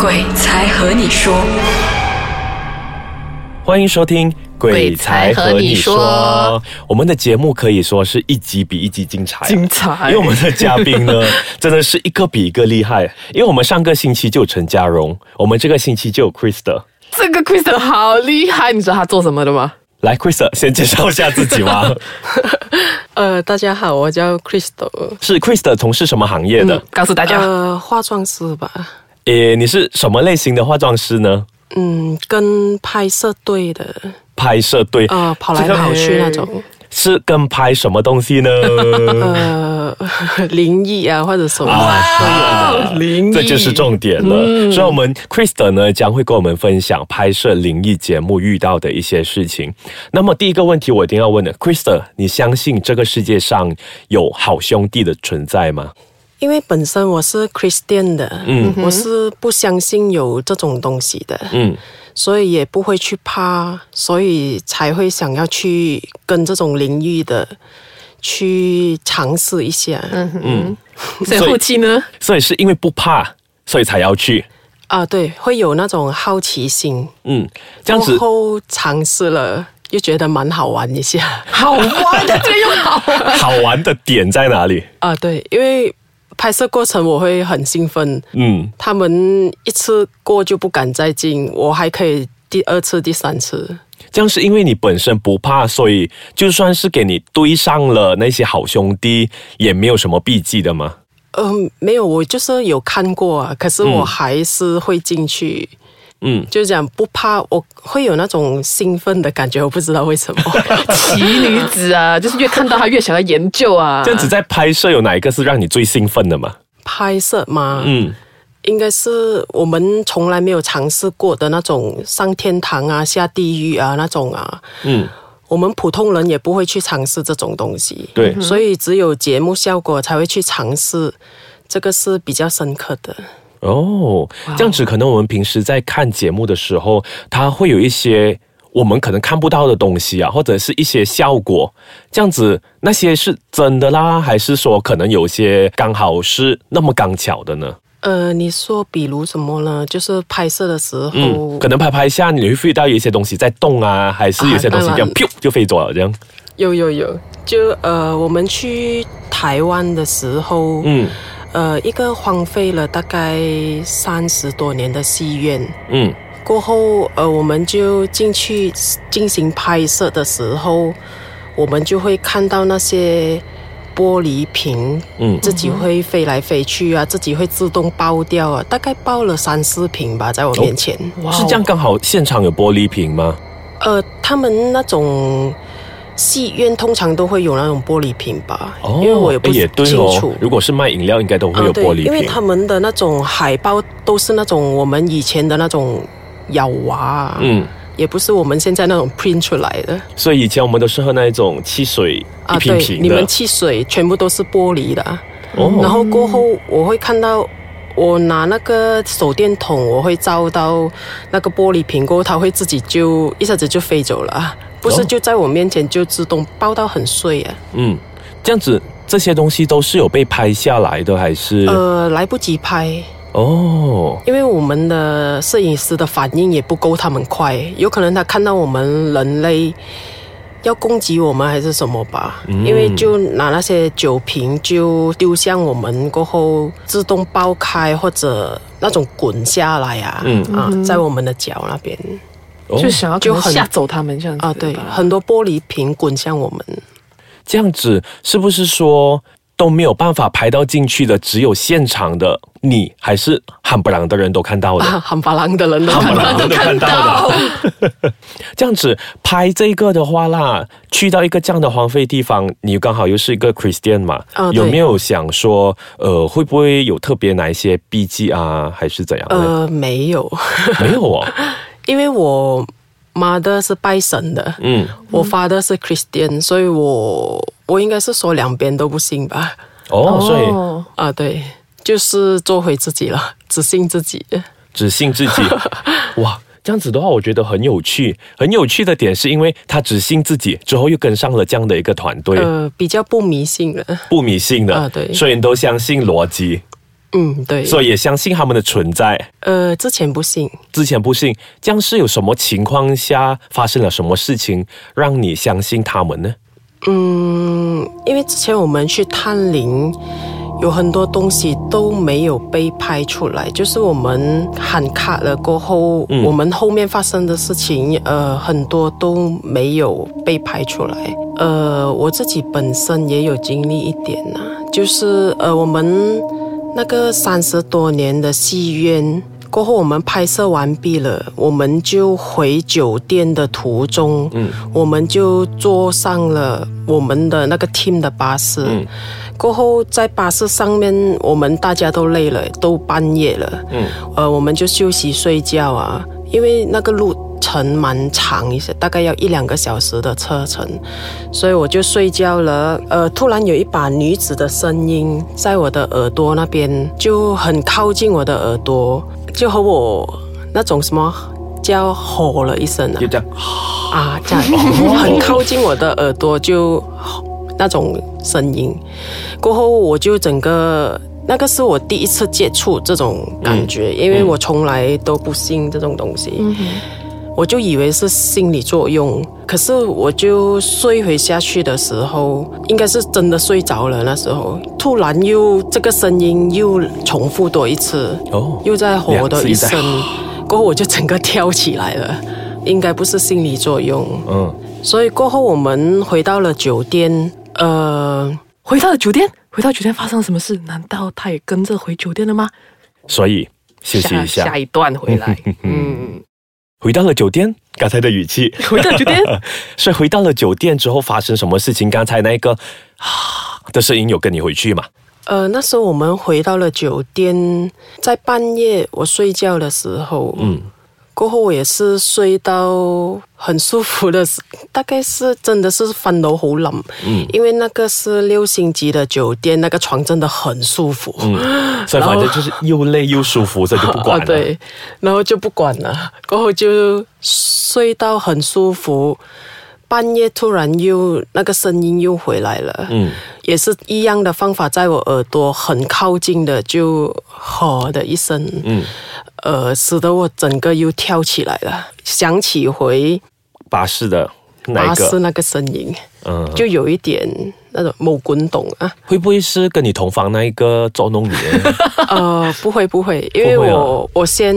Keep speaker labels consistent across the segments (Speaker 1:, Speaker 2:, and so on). Speaker 1: 鬼才和你说，
Speaker 2: 欢迎收听《鬼
Speaker 3: 鬼
Speaker 2: 才
Speaker 3: 才
Speaker 2: 和
Speaker 3: 和
Speaker 2: 你
Speaker 3: 你
Speaker 2: 说
Speaker 3: 说》。
Speaker 2: 我们的节目可以说是一集比一集精彩啊、
Speaker 3: 精彩
Speaker 2: 因为我们的嘉 宾呢，真的是一个比一个厉害。因为我们上个星期就有陈嘉荣，我们这个星期就有 Krista。
Speaker 3: 这个 Kristen 好厉害，你知道他做什么的吗？
Speaker 2: 来，Krista 先介绍一下自己吧。
Speaker 4: 呃，大家好，我叫 Crystal，
Speaker 2: 是 Krista 从事什么行业的？
Speaker 3: 嗯告诉大家，
Speaker 4: 呃，化妆师吧，
Speaker 2: 诶，你是什么类型的化妆师呢？
Speaker 4: 嗯，跟拍摄队的，
Speaker 2: 拍摄队，
Speaker 3: 嗯
Speaker 4: 呃，跑来
Speaker 2: 这个
Speaker 4: 跑去那种，
Speaker 2: 是跟拍什么东西呢？
Speaker 4: 呃， 灵异啊，或者什么，
Speaker 2: 啊，
Speaker 3: 灵
Speaker 2: 这就是重点了。所以，我们 Krista 呢将会跟我们分享拍摄灵异节目遇到的一些事情。那么，第一个问题我一定要问的，Krista，你相信这个世界上有好兄弟的存在吗？
Speaker 4: 因为本身我是 Christian 的，嗯，我是不相信有这种东西的，
Speaker 2: 嗯，
Speaker 4: 所以也不会去怕，所以才会想要去跟这种灵异的去尝试一下，嗯
Speaker 3: 所以后期呢，
Speaker 2: 所以是因为不怕，所以才要去。
Speaker 4: 啊，对，会有那种好奇心，
Speaker 2: 嗯，这样子
Speaker 4: 过后尝试了，又觉得蛮好玩一下
Speaker 3: 好玩的，这个又好玩。
Speaker 2: 好玩的点在哪里？
Speaker 4: 啊。对，因为拍摄过程我会很兴奋，
Speaker 2: 嗯，
Speaker 4: 他们一次过就不敢再进，我还可以第二次、第三次。
Speaker 2: 这样是因为你本身不怕，所以就算是给你堆上了那些好兄弟，也没有什么避忌的吗？
Speaker 4: 嗯，没有，我就是有看过啊，可是我
Speaker 2: 嗯
Speaker 4: 还是会进去。
Speaker 2: 嗯，
Speaker 4: 就讲不怕，我会有那种兴奋的感觉，我不知道 为什么。
Speaker 3: 奇女子啊， 就是越看到她越想要研究啊。
Speaker 2: 这样子在拍摄有哪一个是让你最兴奋的吗？
Speaker 4: 拍摄嘛，
Speaker 2: 嗯，
Speaker 4: 应该是我们从来没有尝试过的那种上天堂啊、下地狱啊那种啊。
Speaker 2: 嗯，
Speaker 4: 我们普通人也不会去尝试这种东西。
Speaker 2: 对嗯
Speaker 4: 所以只有节目效果才会去尝试，这个是比较深刻的。
Speaker 2: 哦，这样子可能我们平时在看节目的时候，它会有一些我们可能看不到的东西啊，或者是一些效果。这样子那些是真的啦，还是说可能有些刚好是那么刚巧的呢？
Speaker 4: 呃，你说比如什么呢？就是拍摄的时候，
Speaker 2: 嗯，可能拍拍下你会 feel 到有一些东西在动啊，还是有些东西这样
Speaker 4: 啊
Speaker 2: 飘就飞走了这样。
Speaker 4: 有有有，就呃，我们去台湾的时候，
Speaker 2: 嗯
Speaker 4: 呃，一个荒废了大概三十多年的戏院。
Speaker 2: 嗯
Speaker 4: 过后，呃，我们就进去进行拍摄的时候，我们就会看到那些玻璃瓶
Speaker 2: 嗯，
Speaker 4: 自己会飞来飞去啊，自己会自动爆掉啊，大概爆了三四瓶吧，在我面前。
Speaker 3: 哇哦
Speaker 2: 是这样，刚好现场有玻璃瓶吗？
Speaker 4: 呃，他们那种戏院通常都会有那种玻璃瓶吧，因为我也不
Speaker 2: 哎也对
Speaker 4: 清
Speaker 2: 哦
Speaker 4: 楚。。
Speaker 2: 如果是卖饮料，应该都哦会
Speaker 4: 啊
Speaker 2: 有
Speaker 4: 对，
Speaker 2: 玻璃瓶。
Speaker 4: 因为他们的那种海报都是那种我们以前的那种咬娃啊，
Speaker 2: 嗯。
Speaker 4: 也不是我们现在那种 print 出来的啊
Speaker 2: 所以以前我们都是喝那一种汽水，一瓶
Speaker 4: 对，
Speaker 2: 瓶
Speaker 4: 你
Speaker 2: 的。
Speaker 4: 们汽水全部都是玻璃的啊，
Speaker 2: 哦
Speaker 4: 然后过后我会看到。我拿那个手电筒，我会照到那个玻璃瓶，过后它会自己就一下子就飞走了啊，不
Speaker 2: 哦
Speaker 4: 是就在我面前就自动爆到很碎啊，
Speaker 2: 嗯，这样子这些东西都是有被拍下来的，还是、
Speaker 4: 呃，来不及拍，
Speaker 2: 哦？
Speaker 4: 因为我们的摄影师的反应也不够他们快，有可能他看到我们人类要攻击我们还是什么吧，
Speaker 2: 嗯
Speaker 4: 因为就拿那些酒瓶就丢向我们，过后自动爆开或者那种滚下来啊，
Speaker 2: 嗯
Speaker 4: 啊，在我们的脚那边
Speaker 2: 哦
Speaker 3: 就想要就
Speaker 4: 就很
Speaker 3: 吓走他们这样子
Speaker 4: 啊，对，
Speaker 3: 吧
Speaker 4: 很多玻璃瓶滚向我们，
Speaker 2: 这样子是不是说都没有办法拍到进去的？只有现场的你还是喊不啷的人都看到的。
Speaker 4: 啊， 很巴郎的人都
Speaker 2: 喊
Speaker 4: 看
Speaker 2: 不
Speaker 4: 到
Speaker 2: 啷都看到的，这样子拍这个的话啦，去到一个这样的荒废地方，你刚好又是一个 Christian 嘛，
Speaker 4: 啊对
Speaker 2: 有没有想说，呃，会不会有特别哪一些 B G 啊，还是怎样呢？
Speaker 4: 呃，没有，
Speaker 2: 没有哦，
Speaker 4: 因为我妈的是拜神的，
Speaker 2: 嗯，
Speaker 4: 我发的是 Christian，所以我我应该是说两边都不信吧？
Speaker 2: 哦，所以
Speaker 3: 哦
Speaker 4: 啊，对，就是做回自己了，只信自己。
Speaker 2: 只信自 己，哇。这样子的话，我觉得很有趣。很有趣的点是因为他只信自己，之后又跟上了这样的一个团队，
Speaker 4: 呃呃，比较不迷信了。
Speaker 2: 不迷信的，
Speaker 4: 啊对
Speaker 2: 所以你都相信逻辑。
Speaker 4: 嗯，对。
Speaker 2: 所以也相信他们的存在。
Speaker 4: 呃，之前不信，
Speaker 2: 之前不信，这样是有什么情况下发生了什么事情让你相信他们呢？
Speaker 4: 嗯，因为之前我们去探灵，有很多东西都没有被拍出来，就是我们喊卡了过后，我们后面发生的事情，呃，很多都没有被拍出来。呃，我自己本身也有经历一点呐、就是呃，我们那个三十多年的戏院。过后我们拍摄完毕了，我们就回酒店的途中，嗯，我们就坐上了我们的那个 team 的巴士。嗯，过后在巴士上面，我们大家都累了，都半夜了，嗯，呃，我们就休息睡觉啊，因为那个路程蛮长一些，大概要一两个小时的车程，所以我就睡觉了。呃，突然有一把女子的声音在我的耳朵那边，就很靠近我的耳朵，就和我那种什么叫吼了一声啊
Speaker 2: 就，这样，
Speaker 4: 啊，这样很靠近我的耳朵就那种声音，过后我就整个那个是我第一次接触这种感觉，因为我从来都不信这种东西，我就以为是心理作用，可是我就睡回下去的时候，应该是真的睡着了，那时候突然又这个声音又重复多一次，
Speaker 2: 哦
Speaker 4: 又在吼我的一声
Speaker 2: 两次一，
Speaker 4: 过后我就整个跳起来了，应该不是心理作用。
Speaker 2: 嗯，
Speaker 4: 所以过后我们回到了酒店，呃，
Speaker 3: 回到了酒店，回到酒店发生了什么事？难道他也跟着回酒店了吗？
Speaker 2: 所以休息一
Speaker 3: 下
Speaker 2: 下
Speaker 3: 下，一段回 来，嗯，
Speaker 2: 回到了酒店，刚才的语气，
Speaker 3: 回到酒店，
Speaker 2: 所以回到了酒店之后发生什么事情？刚才那个啊的声音有跟你回去吗？
Speaker 4: 呃，那时候我们回到了酒店，在半夜我睡觉的时候，嗯，过后我也是睡到很舒服的时，大概是真的是翻到好冷，嗯，因为那个是六星级的酒店，那个床真的很舒服，
Speaker 2: 嗯，所以反正就是又累又舒服，这就不管
Speaker 4: 啊。
Speaker 2: 了。，
Speaker 4: 对，然后就不管了，过后就睡到很舒服。半夜突然又那个声音又回来了，嗯，也是一样的方法，在我耳朵很靠近的就吼的一声，嗯，呃，使得我整个又跳起来了，想起回
Speaker 2: 巴士的那
Speaker 4: 巴
Speaker 2: 一
Speaker 4: 士
Speaker 2: 个，
Speaker 4: 那个声音，
Speaker 2: 嗯，
Speaker 4: 就有一点那种某滚懂啊，
Speaker 2: 会不会是跟你同房那一个捉弄你呢？
Speaker 4: 呃， 不会不会，因为
Speaker 2: 不会啊
Speaker 4: 我、我先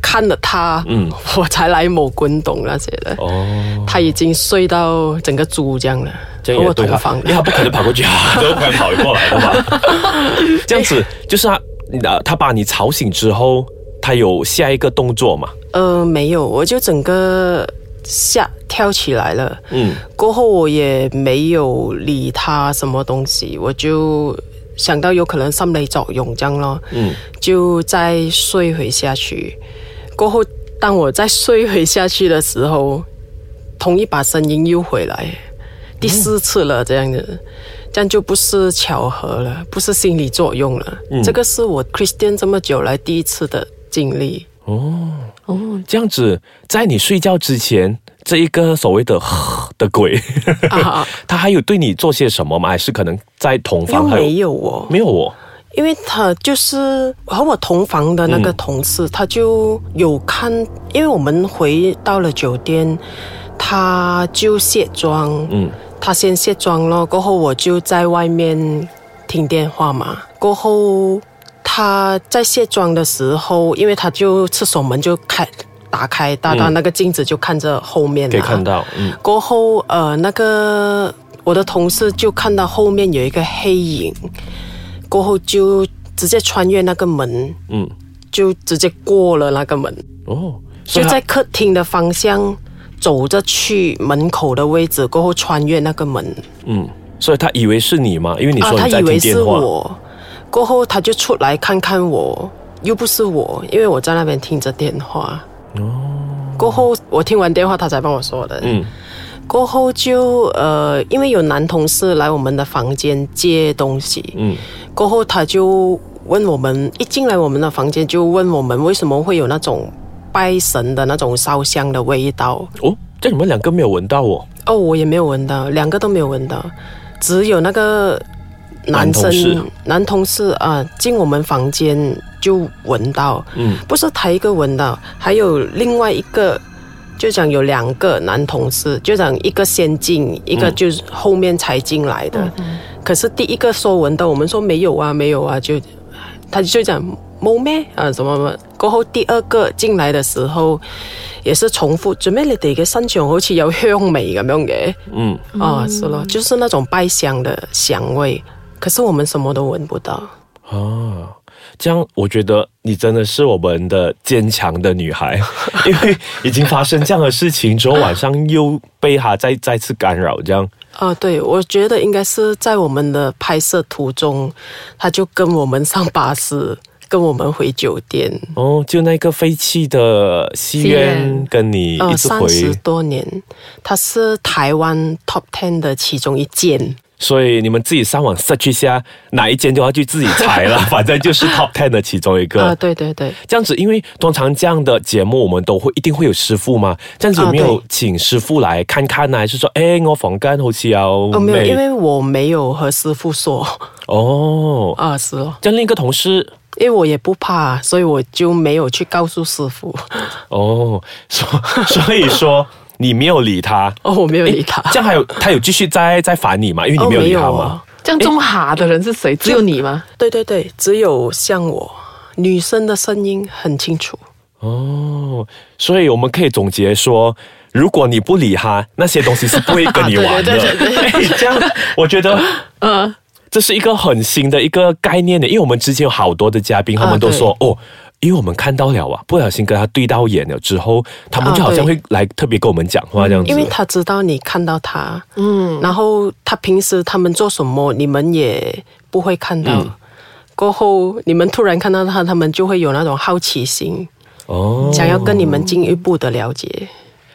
Speaker 4: 看了他，嗯，我才来某滚懂那些的。
Speaker 2: 哦，
Speaker 4: 他已经睡到整个猪这样了，
Speaker 2: 这
Speaker 4: 和
Speaker 2: 样
Speaker 4: 我
Speaker 2: 也对啊他，
Speaker 4: 同房
Speaker 2: 因为 他不可能跑过去，啊， 都快跑过来了吧？ 这样子
Speaker 4: 哎
Speaker 2: 就是他，呃，他把你吵醒之后，他有下一个动作嘛？
Speaker 4: 呃，没有，我就整个吓跳起来了。
Speaker 2: 嗯，
Speaker 4: 过后我也没有理他什么东西，我就想到有可能心理作用这样咯，嗯，就再睡回下去。过后，当我再睡回下去的时候，同一把声音又回来，第四次了，这样子。这样就不是巧合了，不是心理作用了。
Speaker 2: 嗯
Speaker 4: 这个是我 Christian 这么久来第一次的经历。
Speaker 3: 哦，
Speaker 2: 这样子，在你睡觉之前，这一个所谓的的鬼，
Speaker 4: 啊，
Speaker 2: 他还有对你做些什么吗？还是可能在同
Speaker 4: 又
Speaker 2: 房还
Speaker 4: 没
Speaker 2: 有
Speaker 4: 有哦，
Speaker 2: 没有我？
Speaker 4: 因为他就是和我同房的那个同事，他就有看，因为我们回到了酒店，他就卸妆，
Speaker 2: 嗯，
Speaker 4: 他先卸妆了，过后我就在外面听电话嘛，过后他在卸妆的时候，因为他就厕所门就开打开，大到那个镜子就看着后面、啊，
Speaker 2: 嗯可以看到，嗯，
Speaker 4: 过后，呃，那个我的同事就看到后面有一个黑影，过后就直接穿越那个门，
Speaker 2: 嗯，
Speaker 4: 就直接过了那个门，
Speaker 2: 哦，所
Speaker 4: 就
Speaker 2: 以他
Speaker 4: 在客厅的方向走着去门口的位置，过后穿越那个门
Speaker 2: 嗯，所以他以为是你嘛，因为你
Speaker 4: 啊，
Speaker 2: 说
Speaker 4: 他
Speaker 2: 你在
Speaker 4: 以
Speaker 2: 听
Speaker 4: 为是
Speaker 2: 电话，
Speaker 4: 我，过后他就出来看看我，又不是我，因为我在那边听着电话。哦，过后我听完电话，他才帮我说的。
Speaker 2: 嗯，
Speaker 4: 过后就呃，因为有男同事来我们的房间借东西，
Speaker 2: 嗯，
Speaker 4: 过后他就问我们，一进来我们的房间就问我们为什么会有那种拜神的那种烧香的味道。
Speaker 2: 哦，这你们两个没有闻到哦，
Speaker 4: 哦，我也没有闻到，两个都没有闻到，只有那个男
Speaker 2: 男
Speaker 4: 生
Speaker 2: 同事
Speaker 4: 男同事啊、进我们房间就闻到，
Speaker 2: 嗯
Speaker 4: 不是他一个闻到，还有另外一个，就讲有两个男同事，就讲一个先进，一
Speaker 2: 嗯
Speaker 4: 个就是后面才进来的。可是第一个说闻到，我们说没有啊，没有啊，就他就讲冇咩啊，怎么什么。过后第二个进来的时候，也是重复，做咩你哋嘅身上好似有香味咁樣嘅？
Speaker 2: 嗯，
Speaker 4: 啊、是咯，就是那种败香的香味，可是我们什么都闻不到。
Speaker 2: 啊，这样我觉得你真的是我们的坚强的女 孩，因为已经发生这样的事情之后，晚上又被她再再次干扰，这样
Speaker 4: 啊、对，我觉得应该是在我们的拍摄途中，他就跟我们上巴士，跟我们回酒店。
Speaker 2: 哦，就那个废弃的戏
Speaker 3: 戏
Speaker 2: 院
Speaker 3: 院
Speaker 2: 跟你一
Speaker 4: 呃，
Speaker 2: 直
Speaker 4: 三
Speaker 2: 回，
Speaker 4: 十多年，他是台湾 Top Ten 的其中一间。
Speaker 2: 所以你们自己上网 search 一下哪一间的话就自己猜 了，反正就是 top ten 的其中一个。
Speaker 4: 啊、对对对，
Speaker 2: 这样子，因为通常这样的节目，我们都会一定会有师傅嘛。这样子有没
Speaker 4: 啊
Speaker 2: 有
Speaker 4: 对
Speaker 2: 请师傅来看看呢、还是说，哎，我房间好似有
Speaker 4: 哦，没有，
Speaker 2: 味
Speaker 4: 因为我没有和师傅说
Speaker 2: 哦，
Speaker 4: 啊、是咯，
Speaker 2: 跟另一个同事
Speaker 4: 因为我也不怕，所以我就没有去告诉师傅。
Speaker 2: 哦，所 所以说你没有理他，
Speaker 4: 哦，我没有理他。
Speaker 2: 这样还有他有继续在在烦哎你嘛？因为
Speaker 4: 哦，
Speaker 2: 你没有
Speaker 4: 没
Speaker 2: 理
Speaker 4: 有
Speaker 2: 他
Speaker 4: 啊
Speaker 2: 嘛。。
Speaker 3: 这样中哈的人是谁？只有你 吗？
Speaker 4: 对对对，只有像我，女生的声音很清楚。
Speaker 2: 哦，所以我们可以总结说。如果你不理他，那些东西是不会跟
Speaker 4: 啊
Speaker 2: 你玩的。
Speaker 3: 对对 对
Speaker 2: 哎这样我觉得
Speaker 3: 嗯，
Speaker 2: 这是一个很新的一个概念的，因为我们之前有好多的嘉宾，他们
Speaker 4: 啊
Speaker 2: 都说、哦，因为我们看到了啊，不小心跟他对到眼了之后，他们就
Speaker 4: 啊
Speaker 2: 好像
Speaker 4: 对嗯
Speaker 2: 会来特别跟我们讲话这样子。
Speaker 4: 因为他知道你看到他，嗯，然后他平时他们做什么，你们也不会看到。过后你们突然看到他，他们就会有那种好奇心，
Speaker 2: 哦，
Speaker 4: 想要跟你们进一步的了解。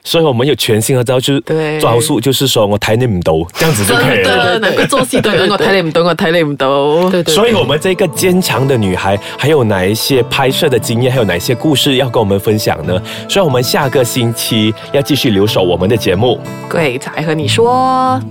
Speaker 2: 所以我们有全新的招，就是
Speaker 3: 对
Speaker 2: 招数，就是说我抬你唔到，这样子就可以
Speaker 3: 真
Speaker 2: 了。
Speaker 3: 的，难怪做戏都有我睇你唔到，我睇你唔到。
Speaker 4: 对对
Speaker 2: 所以，我们这个坚强的女孩，还有哪一些拍摄的经验，还有哪一些故事要跟我们分享呢？所以，我们下个星期要继续留守我们的节目。
Speaker 3: 鬼才和你说。